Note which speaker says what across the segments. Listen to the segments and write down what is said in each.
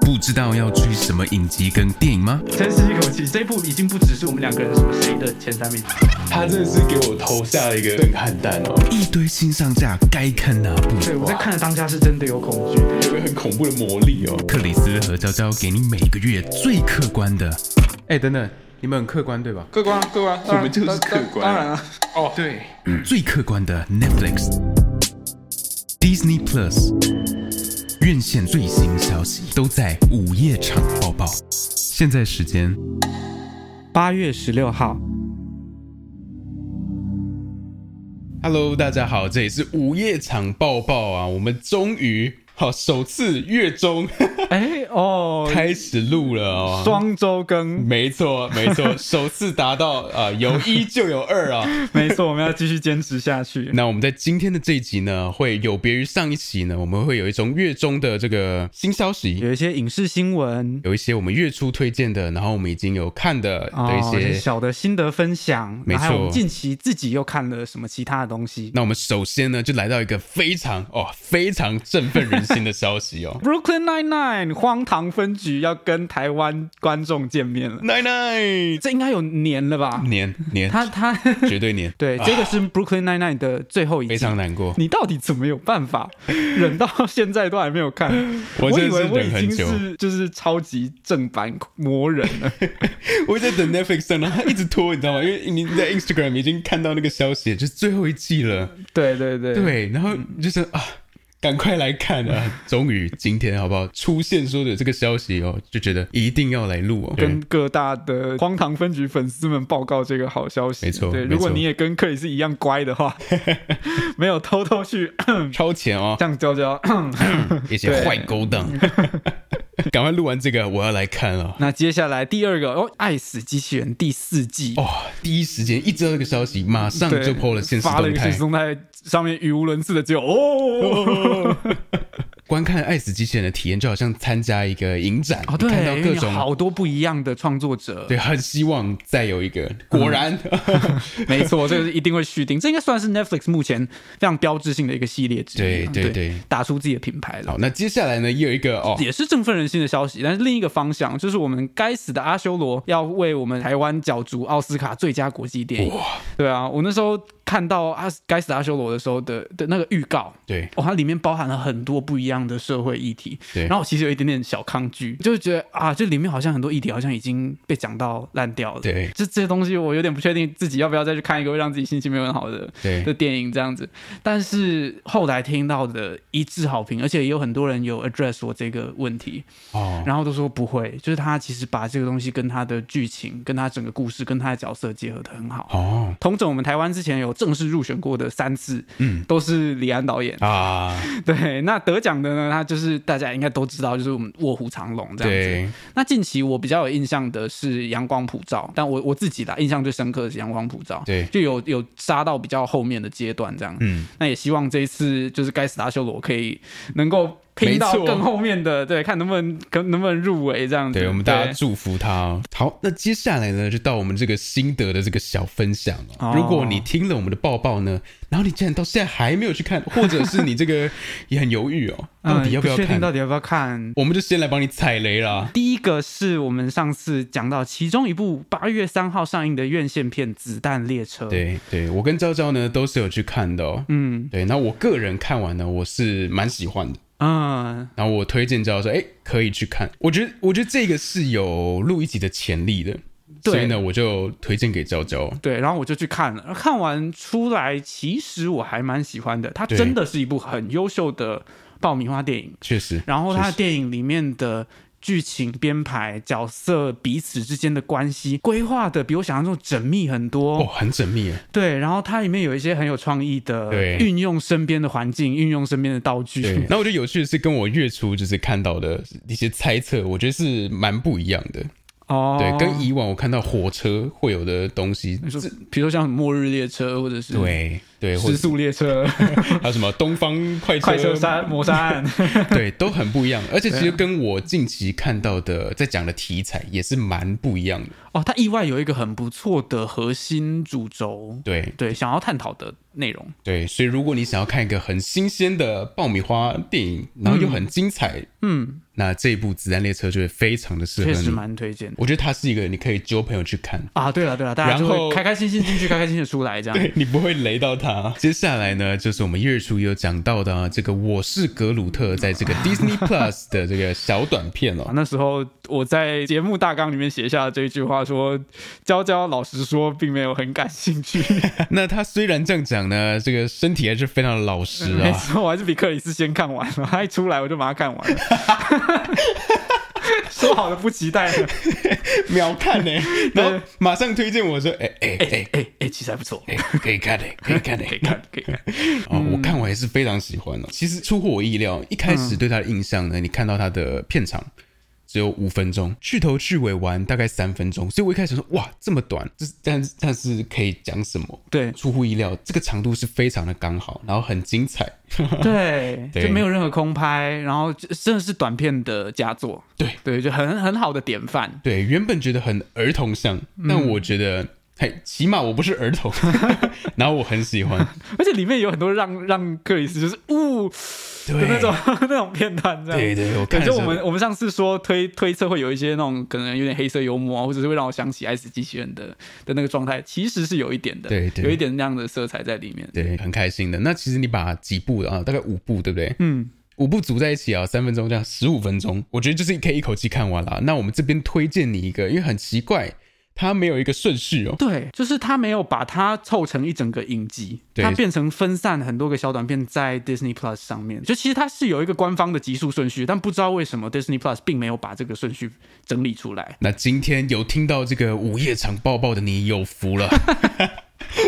Speaker 1: 不知道要追什么影集跟电影 吗？
Speaker 2: 深吸一口气，这一部已经不只是我们两个人什么谁的前三名，
Speaker 3: 他真的是给我投下了一个震撼弹哦，
Speaker 1: 一堆新上架，该看哪部？
Speaker 2: 对我在看的当下是真的有恐惧。
Speaker 3: 有个很恐怖的魔力哦。
Speaker 1: 克里斯和娇娇给你每个月最客观的。哎、等等，你们很客观对吧？
Speaker 4: 客观啊，客观啊，当然
Speaker 3: 我们就是客
Speaker 4: 当当
Speaker 3: 观
Speaker 4: 当然啊，
Speaker 3: 哦，对，
Speaker 1: 最客观的 Netflix、Disney Plus 院线最新消息都在午夜场报报。现在时间
Speaker 2: 八月十六号，
Speaker 3: Hello，大家好，这里是午夜场抱抱啊，我们终于好首次月中
Speaker 4: 哎哦，
Speaker 3: 开始录了哦。
Speaker 4: 双周更，
Speaker 3: 没错，没错，首次达到啊、呃有一就有二啊。
Speaker 4: 没错，我们要继续坚持下去。
Speaker 3: 那我们在今天的这一集呢，会有别于上一期呢，我们会有一种月中的这个新消息，
Speaker 4: 有一些影视新闻，
Speaker 3: 有一些我们月初推荐的，然后我们已经有看的
Speaker 4: 哦
Speaker 3: 的一
Speaker 4: 有
Speaker 3: 些。
Speaker 4: 小的心得分享，
Speaker 3: 没
Speaker 4: 然后还有我们
Speaker 3: 错
Speaker 4: 近期自己又看了什么其他的东西。。
Speaker 3: 那我们首先呢，就来到一个非常哦非常振奋人心的消息哦
Speaker 4: Brooklyn Nine Nine 荒唐分局要跟台湾观众见面了，
Speaker 3: 奶奶，
Speaker 4: 这应该有年了吧？
Speaker 3: 年年，
Speaker 4: 他他
Speaker 3: 绝对年，
Speaker 4: 对，
Speaker 3: 啊
Speaker 4: 这个是 Brooklyn Nine Nine 的最后一季
Speaker 3: 非常难过。
Speaker 4: 你到底怎么有办法忍到现在都还没有看？我
Speaker 3: 我真
Speaker 4: 以
Speaker 3: 的是
Speaker 4: 为我
Speaker 3: 忍
Speaker 4: 已
Speaker 3: 很
Speaker 4: 经
Speaker 3: 久
Speaker 4: 是就是超级正版魔人了。
Speaker 3: 我在等 Netflix 上，然后他一直拖，你知道吗？因为你在 Instagram 已经看到那个消息，就是最后一季了。
Speaker 4: 对对对，
Speaker 3: 对，然后就是啊，赶快来看啊！终于今天好不好出现说的这个消息哦，就觉得一定要来录哦。
Speaker 4: 跟各大的荒唐分局粉丝们报告这个好消息。
Speaker 3: 没错
Speaker 4: 对，
Speaker 3: 没错
Speaker 4: 如果你也跟克里斯一样乖的 话，没有偷偷去
Speaker 3: 超前哦，
Speaker 4: 像娇娇。
Speaker 3: 一些
Speaker 4: 对
Speaker 3: 坏勾 当。赶快录完这个，我要来看了。
Speaker 4: 那接下来第二个哦，《爱死机器人》第四季。
Speaker 3: 哇、第一时间一知哦道这个消息，马上
Speaker 4: 对
Speaker 3: 就 PO 了现实
Speaker 4: 发了一
Speaker 3: 动
Speaker 4: 个现
Speaker 3: 态
Speaker 4: 实。动态，上面语无伦次的只有哦
Speaker 3: 观看《爱死机器人》的体验，就好像参加一个影展，
Speaker 4: 哦，对，
Speaker 3: 看到
Speaker 4: 因为有
Speaker 3: 各种
Speaker 4: 好多不一样的创作者，
Speaker 3: 对，很希望再有一个。果然，
Speaker 4: 嗯 没错，这个是一定会续订，这应该算是 Netflix 目前非常标志性的一个系列之一啊。
Speaker 3: 对对对
Speaker 4: 打出自己的品牌了
Speaker 3: 好，。那接下来呢，也有一个哦，
Speaker 4: 也是振奋人心的消息，但是另一个方向就是我们该死的阿修罗要为我们台湾角逐奥斯卡最佳国际电影。对啊，我那时候看到阿该死的阿修罗的时候的的那个预告，
Speaker 3: 对
Speaker 4: 哦，它里面包含了很多不一样的社会议题。
Speaker 3: 对
Speaker 4: 然后我其实有一点点小抗拒，就是觉得啊，这里面好像很多议题好像已经被讲到烂掉了。
Speaker 3: 对
Speaker 4: 这这些东西我有点不确定自己要不要再去看一个会让自己心情没有很好的
Speaker 3: 对
Speaker 4: 的电影这样子。但是后来听到的一致好评，而且也有很多人有 address 我这个问题，
Speaker 3: 哦，
Speaker 4: 然后都说不会，就是他其实把这个东西跟他的剧情、跟他整个故事、跟他的角色结合的很好。
Speaker 3: 哦
Speaker 4: 同整，我们台湾之前有正式入选过的三次，
Speaker 3: 嗯，
Speaker 4: 都是李安导演，
Speaker 3: 啊，
Speaker 4: 对，那得奖的呢，他就是大家应该都知道，就是我们卧虎藏龙这样子。
Speaker 3: 对，
Speaker 4: 那近期我比较有印象的是《阳光普照》，但我我自己啦，印象最深刻的是《阳光普照》，
Speaker 3: 对
Speaker 4: 就有有杀到比较后面的阶段这样。
Speaker 3: 嗯，
Speaker 4: 那也希望这一次就是该死的阿修罗可以能够拼到
Speaker 3: 没错
Speaker 4: 更后面的，对，看能不能能能不能入围这样子。
Speaker 3: 对，我们大家
Speaker 4: 对
Speaker 3: 祝福他哦。好，那接下来呢，就到我们这个心得的这个小分享哦
Speaker 4: 哦。
Speaker 3: 如果你听了我们的抱抱呢，然后你竟然到现在还没有去看，或者是你这 个也很犹豫哦，到底要不要
Speaker 4: 嗯确定
Speaker 3: 看？
Speaker 4: 到底要不要看？
Speaker 3: 我们就先来帮你踩雷啦。
Speaker 4: 第一个是我们上次讲到其中一部八月三号上映的院线片《子弹列车》，，
Speaker 3: 对对，我跟娇娇呢都是有去看的哦。
Speaker 4: 嗯，
Speaker 3: 对，那我个人看完呢，我是蛮喜欢的。
Speaker 4: 嗯，
Speaker 3: 然后我推荐教授，哎，可以去看。我觉得，我觉得这个是有录一集的潜力的，
Speaker 4: 对
Speaker 3: 所以呢，我就推荐给娇娇。
Speaker 4: 对，然后我就去看了，看完出来，其实我还蛮喜欢的，它
Speaker 3: 对
Speaker 4: 真的是一部很优秀的爆米花电影。
Speaker 3: 确实，
Speaker 4: 然后它
Speaker 3: 确
Speaker 4: 的
Speaker 3: 实
Speaker 4: 电影里面的剧情编排、角色彼此之间的关系规划的比我想象中缜密很多。
Speaker 3: 哦，很缜密啊。
Speaker 4: 对，然后它里面有一些很有创意的
Speaker 3: 对
Speaker 4: 运用身边的环境，运用身边的道
Speaker 3: 对
Speaker 4: 具，。
Speaker 3: 那我觉得有趣的是，跟我月初就是看到的一些猜测，我觉得是蛮不一样的。
Speaker 4: 哦，嗯
Speaker 3: 对，跟以往我看到火车会有的东西，
Speaker 4: 你说，比如说像《末日列车》或者是
Speaker 3: 对对，或
Speaker 4: 失
Speaker 3: 者
Speaker 4: 速列车、
Speaker 3: 还有什么东方快车、
Speaker 4: 快车 啊杀谋杀案，
Speaker 3: 对，都很不一样。而且其实跟我近期看到的在讲的题材也是蛮不一样的。
Speaker 4: 哦，它意外有一个很不错的核心主轴，
Speaker 3: 对
Speaker 4: 对，想要探讨的内容。
Speaker 3: 对，所以如果你想要看一个很新鲜的爆米花电影，然后又很精彩，
Speaker 4: 嗯，
Speaker 3: 那这一部《子弹列车》就会非常的适合
Speaker 4: 确实
Speaker 3: 你。
Speaker 4: 蛮推荐的
Speaker 3: 我觉得它是一个你可以揪朋友去看。
Speaker 4: 啊。对了对了，大家就
Speaker 3: 然后
Speaker 4: 会开开心心进去，开开心心的出来，这样。
Speaker 3: 对 你不会雷到它。接下来呢，就是我们一月初有讲到的、啊、这个《我是格鲁特》在 这个 Disney Plus 的这个小短片哦
Speaker 4: 啊，，那时候我在节目大纲里面写下了这一句话说娇娇老实说，并没有很感兴趣。
Speaker 3: 那他虽然这样讲呢，这个身体还是非常的老实
Speaker 4: 没
Speaker 3: 啊。
Speaker 4: 错，我还是比克里斯先看完 了，他一出来我就把它看完了。 说好的不期待呢？
Speaker 3: 秒看 呢、然后马上推荐我说，哎哎哎
Speaker 4: 哎哎，其实还不错，
Speaker 3: 哎，可以看的、可以 看的、欸
Speaker 4: 可以看，可以看。
Speaker 3: 哦，我看我也是非常喜欢哦的、其实出乎我意料，一开始对他的印象呢，你看到他的片长只有五分钟，去头去尾玩大概三分钟，所以我一开始说哇这么短，这是但是但是可以讲什么？
Speaker 4: 对
Speaker 3: 出乎意料，这个长度是非常的刚好，然后很精彩。
Speaker 4: 对，
Speaker 3: 对
Speaker 4: 就没有任何空拍，然后就真的是短片的佳作。
Speaker 3: 对
Speaker 4: 对，就很很好的典范。
Speaker 3: 对，原本觉得很儿童像，但我觉得，嘿，起码我不是儿童， 然后我很喜欢，
Speaker 4: 而且里面有很多让让克里斯就是呜的
Speaker 3: 对
Speaker 4: 那种 那种片段，这样。
Speaker 3: 对对，我
Speaker 4: 对，
Speaker 3: 看的
Speaker 4: 就
Speaker 3: 时
Speaker 4: 我
Speaker 3: 候
Speaker 4: 们我们上次说推推测会有一些那种可能有点黑色幽默啊，或者是会让我想起《爱死机器人的》的那个状态，其实是有一点的，
Speaker 3: 对对
Speaker 4: 有一点那样的色彩在里面。
Speaker 3: 对很开心的。那其实你把几部啊，大概五部，对不对？
Speaker 4: 嗯，
Speaker 3: 五部组在一起啊，三分钟这样，十五分钟，我觉得就是可以一口气看完了。那我们这边推荐你一个，因为很奇怪，它没有一个顺序哦。
Speaker 4: 对，就是他没有把它凑成一整个影集，
Speaker 3: 对
Speaker 4: 它变成分散很多个小短片在 Disney Plus 上面。就其实它是有一个官方的集数顺序，但不知道为什么 Disney Plus 并没有把这个顺序整理出来。
Speaker 3: 那今天有听到这个午夜场抱抱的你有福了，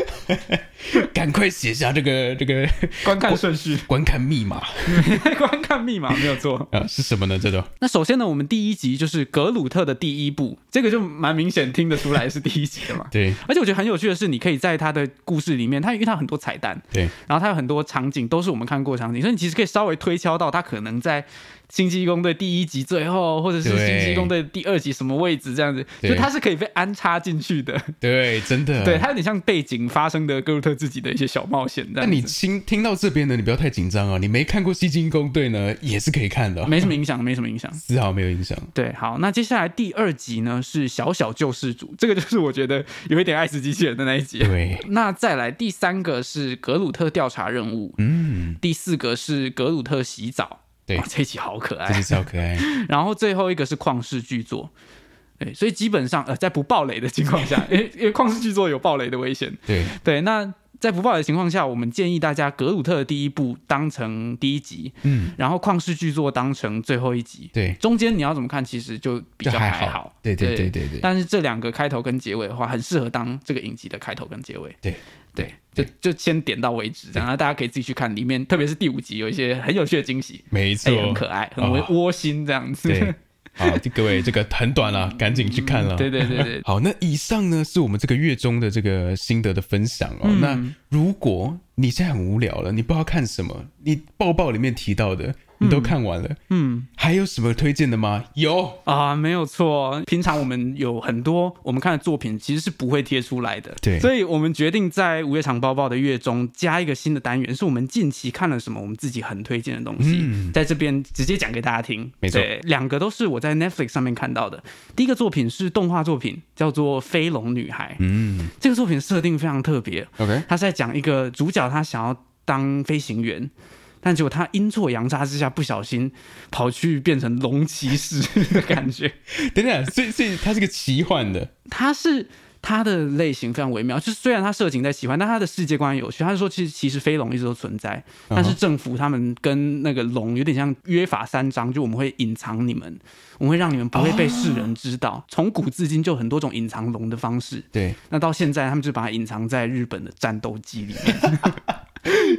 Speaker 3: 赶快写下这个这个，
Speaker 4: 观看顺序
Speaker 3: 观看密码
Speaker 4: 观看密码没有错。
Speaker 3: 啊，是什么呢？这都。
Speaker 4: 那首先呢，我们第一集就是格鲁特的第一部，这个就蛮明显听得出来是第一集的嘛
Speaker 3: 对
Speaker 4: 而且我觉得很有趣的是，你可以在他的故事里面，他因为他有很多彩蛋，
Speaker 3: 对
Speaker 4: 然后他有很多场景都是我们看过的场景，所以你其实可以稍微推敲到他可能在《星际异攻队》第一集最后，或者是
Speaker 3: 对
Speaker 4: 《星际异攻队》第二集什么位置这样子，
Speaker 3: 对
Speaker 4: 就他是可以被安插进去的。
Speaker 3: 对，真的。
Speaker 4: 对，他有点像背景发生的格鲁特自己的一些小冒险这
Speaker 3: 那
Speaker 4: 样子。
Speaker 3: 你听听到这边呢，你不要太紧张啊。你没看过《西京工队》呢，也是可以看的哦，
Speaker 4: 没什么影响，没什么影响。
Speaker 3: 丝毫没有影响。
Speaker 4: 对，好，那接下来第二集呢是小小救世主，这个就是我觉得有一点爱死机器人的那一集。
Speaker 3: 对，
Speaker 4: 那再来第三个是格鲁特调查任务，
Speaker 3: 嗯，
Speaker 4: 第四个是格鲁特洗澡，
Speaker 3: 对
Speaker 4: 哇，这一集好可
Speaker 3: 真
Speaker 4: 爱
Speaker 3: 的。是好可爱。
Speaker 4: 然后最后一个是旷世巨作，对，所以基本上呃，在不暴雷的情况下，因为因为旷世巨作有暴雷的危险，
Speaker 3: 对，
Speaker 4: 对，那在不暴雷的情况下，我们建议大家格鲁特的第一部当成第一集，
Speaker 3: 嗯，
Speaker 4: 然后旷世巨作当成最后一集，
Speaker 3: 对，
Speaker 4: 中间你要怎么看，其实就比
Speaker 3: 就
Speaker 4: 较
Speaker 3: 还
Speaker 4: 好。
Speaker 3: 好。对对对对对，
Speaker 4: 但是这两个开头跟结尾的话，很适合当这个影集的开头跟结尾。
Speaker 3: 对
Speaker 4: 对，就就先点到为止，然后大家可以自己去看里面，特别是第五集有一些很有趣的惊喜，
Speaker 3: 没
Speaker 4: 哎、
Speaker 3: 错，
Speaker 4: 很可爱，很
Speaker 3: 哦
Speaker 4: 窝窝心这样子。
Speaker 3: 对，好，这各位这个很短了，赶紧去看了。
Speaker 4: 对对对 对，
Speaker 3: 好，那以上呢是我们这个月中的这个心得的分享哦。
Speaker 4: 嗯
Speaker 3: 那如果你现在很无聊了，你不知道看什么，你抱抱里面提到的你都看完了，
Speaker 4: 嗯
Speaker 3: 还有什么推荐的吗？有，
Speaker 4: 啊，没有错。平常我们有很多我们看的作品其实是不会贴出来的，
Speaker 3: 对
Speaker 4: 所以我们决定在午夜场包包的月中加一个新的单元，是我们近期看了什么我们自己很推荐的东西，
Speaker 3: 嗯
Speaker 4: 在这边直接讲给大家听。
Speaker 3: 没错
Speaker 4: 对，两个都是我在 Netflix 上面看到的。第一个作品是动画作品，叫做《飞龙女孩》。
Speaker 3: 嗯
Speaker 4: 这个作品设定非常特别，
Speaker 3: ，OK，
Speaker 4: 他是在讲一个主角，他想要当飞行员，但结果他阴错阳差之下，不小心跑去变成龙骑士的感觉。
Speaker 3: 等等，所以所以它是个奇幻的，
Speaker 4: 他是他的类型非常微妙，就是虽然他设景在奇幻，但他的世界观有趣。他是说，其实其实飞龙一直都存在，但是政府他们跟那个龙有点像约法三章，就我们会隐藏你们，我们会让你们不会被世人知道。从古至今就有很多种隐藏龙的方式，
Speaker 3: 对，
Speaker 4: 那到现在他们就把它隐藏在日本的战斗机里面。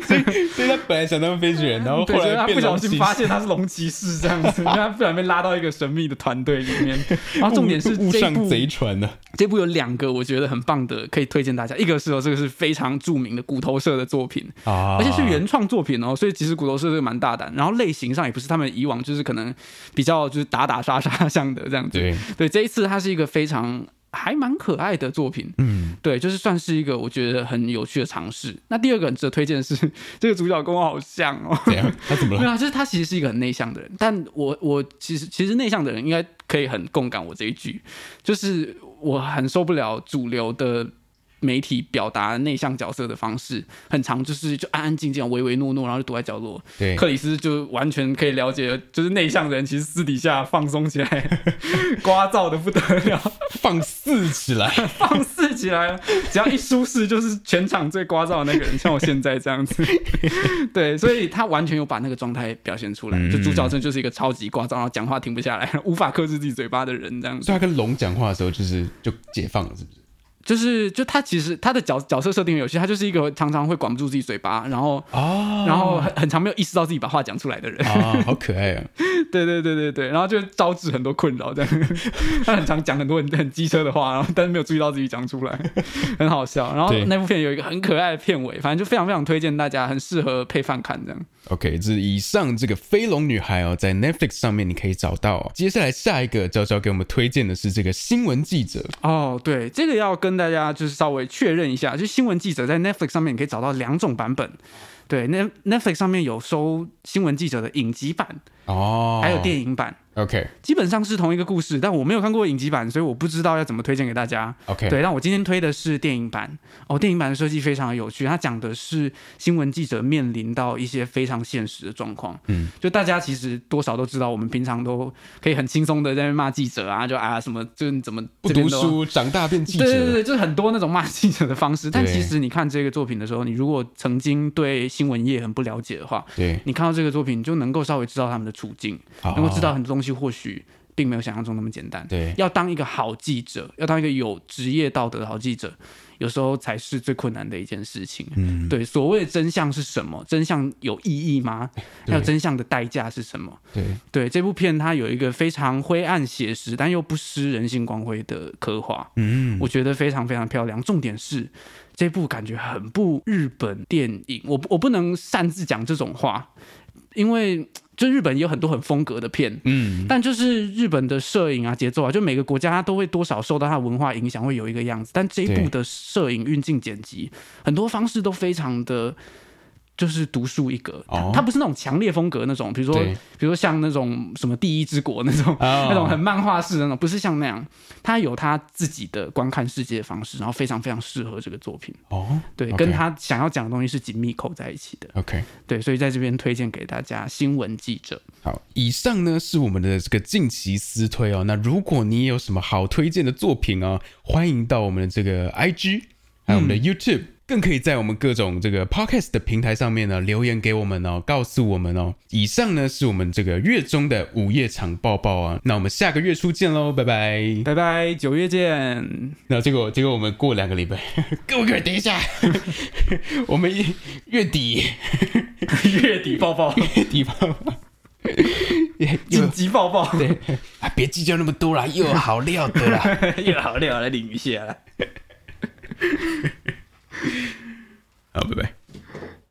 Speaker 3: 所以所以他本来想当飞行员， 然后
Speaker 4: 对，
Speaker 3: 后
Speaker 4: 所以
Speaker 3: 来
Speaker 4: 他
Speaker 3: 变
Speaker 4: 不小
Speaker 3: 龙骑
Speaker 4: 心
Speaker 3: 士
Speaker 4: 发现他是龙骑士这样 子，他不然被拉到一个神秘的团队里面。然后重点是
Speaker 3: 误误
Speaker 4: 这一
Speaker 3: 上
Speaker 4: 部
Speaker 3: 贼船呢、
Speaker 4: 这部有两个我觉得很棒的，可以推荐大家。一个是哦，这个是非常著名的骨头社的作品，
Speaker 3: 啊
Speaker 4: 而且是原创作品哦，所以其实骨头社这个蛮大胆。然后类型上也不是他们以往就是可能比较就是打打杀杀像的这样子。
Speaker 3: 对
Speaker 4: 对，这一次它是一个非常还蛮可爱的作品，嗯，对，就是算是一个我觉得很有趣的尝试。那第二个很值得推荐的是，这个主角跟我好像哦，
Speaker 3: 怎样？他怎么
Speaker 4: 没有
Speaker 3: 了？
Speaker 4: 啊，就是他其实是一个很内向的人，但我我其实其实内向的人应该可以很共感我这一句，就是我很受不了主流的媒体表达内向角色的方式，很常就是就安安静静、唯唯诺诺，然后就躲在角落。
Speaker 3: 对
Speaker 4: 克里斯就完全可以了解，就是内向人其实私底下放松起来， 聒噪的不得了。
Speaker 3: 放肆起 来！
Speaker 4: 放肆起来了，只要一舒适，就是全场最聒噪的那个人，像我现在这样子。对，所以他完全有把那个状态表现出来。就主角真的就是一个超级聒噪，然后讲话停不下来，无法克制自己嘴巴的人，这样子。
Speaker 3: 所以他跟龙讲话的时候，就是就解放了，是不是？
Speaker 4: 就是，就他其实他的角角色设定很有趣，他就是一个常常会管不住自己嘴巴，然后
Speaker 3: 啊
Speaker 4: 然后很很常没有意识到自己把话讲出来的人。
Speaker 3: 啊，好可爱啊！
Speaker 4: 对对对对对，然后就招致很多困扰，这样 他很常讲很多很很机车的话，然后但是没有注意到自己讲出来， 很好笑。然后
Speaker 3: 对
Speaker 4: 那部片有一个很可爱的片尾，反正就非常非常推荐大家，很适合配饭看这样。
Speaker 3: OK，这以上这个《飞龙女孩》哦，在 Netflix 上面你可以找到、哦。接下来下一个娇娇给我们推荐的是这个新闻记者，
Speaker 4: 哦，对，这个要跟大家就是稍微确认一下，就是新闻记者在 Netflix 上面你可以找到两种版本。对，Net Netflix 上面有收新闻记者的影集版，
Speaker 3: 哦，
Speaker 4: 还有电影版。
Speaker 3: OK
Speaker 4: 基本上是同一个故事，但我没有看过影集版，所以我不知道要怎么推荐给大家。
Speaker 3: OK
Speaker 4: 对，但我今天推的是电影版哦，电影版的设计非常有趣，它讲的是新闻记者面临到一些非常现实的状况。嗯，就大家其实多少都知道，我们平常都可以很轻松的在那边骂记者啊，就啊什么，就是你怎么
Speaker 3: 不
Speaker 4: 这边
Speaker 3: 读
Speaker 4: 都
Speaker 3: 书，长大变记者，
Speaker 4: 对对对，就是很多那种骂记者的方式。但
Speaker 3: 对
Speaker 4: 其实你看这个作品的时候，你如果曾经对新闻业很不了解的话，
Speaker 3: 对
Speaker 4: 你看到这个作品，你就能够稍微知道他们的处境，
Speaker 3: 哦
Speaker 4: 能够知道很多东西或许并没有想象中那么简单。
Speaker 3: 对
Speaker 4: 要当一个好记者，要当一个有职业道德的好记者，有时候才是最困难的一件事情。嗯，对，所谓的真相是什么？真相有意义吗？还有真相的代价是什么？
Speaker 3: 对
Speaker 4: 对这部片，它有一个非常灰暗写实，但又不失人性光辉的刻画。嗯，我觉得非常非常漂亮。重点是这部感觉很不日本电影，我不我不能擅自讲这种话，因为就日本也有很多很风格的片，嗯，但就是日本的摄影啊、节奏啊，就每个国家它都会多少受到它的文化影响，会有一个样子。但这一
Speaker 3: 对
Speaker 4: 部的摄影、运镜、剪辑，很多方式都非常的。就是独树一格，它
Speaker 3: 哦
Speaker 4: 它不是那种强烈风格那种，比如说，
Speaker 3: 对
Speaker 4: 比如说像那种什么《第一之国》那种、
Speaker 3: 哦
Speaker 4: 那种很漫画式的那种，不是像那样，它有它自己的观看世界的方式，然后非常非常适合这个作品，
Speaker 3: 哦，
Speaker 4: 对
Speaker 3: OK
Speaker 4: 跟他想要讲的东西是紧密扣在一起的，
Speaker 3: OK。
Speaker 4: 对，所以在这边推荐给大家《新闻记者》。
Speaker 3: 好，以上呢是我们的这个近期私推哦。那如果你也有什么好推荐的作品哦，欢迎到我们的这个 IG，还有我们的 YouTube，、更可以在我们各种这个 Podcast 的平台上面呢留言给我们哦，告诉我们哦。以上呢是我们这个月中的午夜场抱抱啊，那我们下个月初见喽，拜拜。
Speaker 4: 拜拜，九月 见。
Speaker 3: 那结果结果我们过两个礼拜， 各位各位等一下， 我们月月底
Speaker 4: 月底抱 抱，
Speaker 3: 月底吧。
Speaker 4: 紧急抱抱，
Speaker 3: 对啊，别计较那么多啦，又有好料的啦。
Speaker 4: 又好料来领一下了。
Speaker 3: 好，拜拜。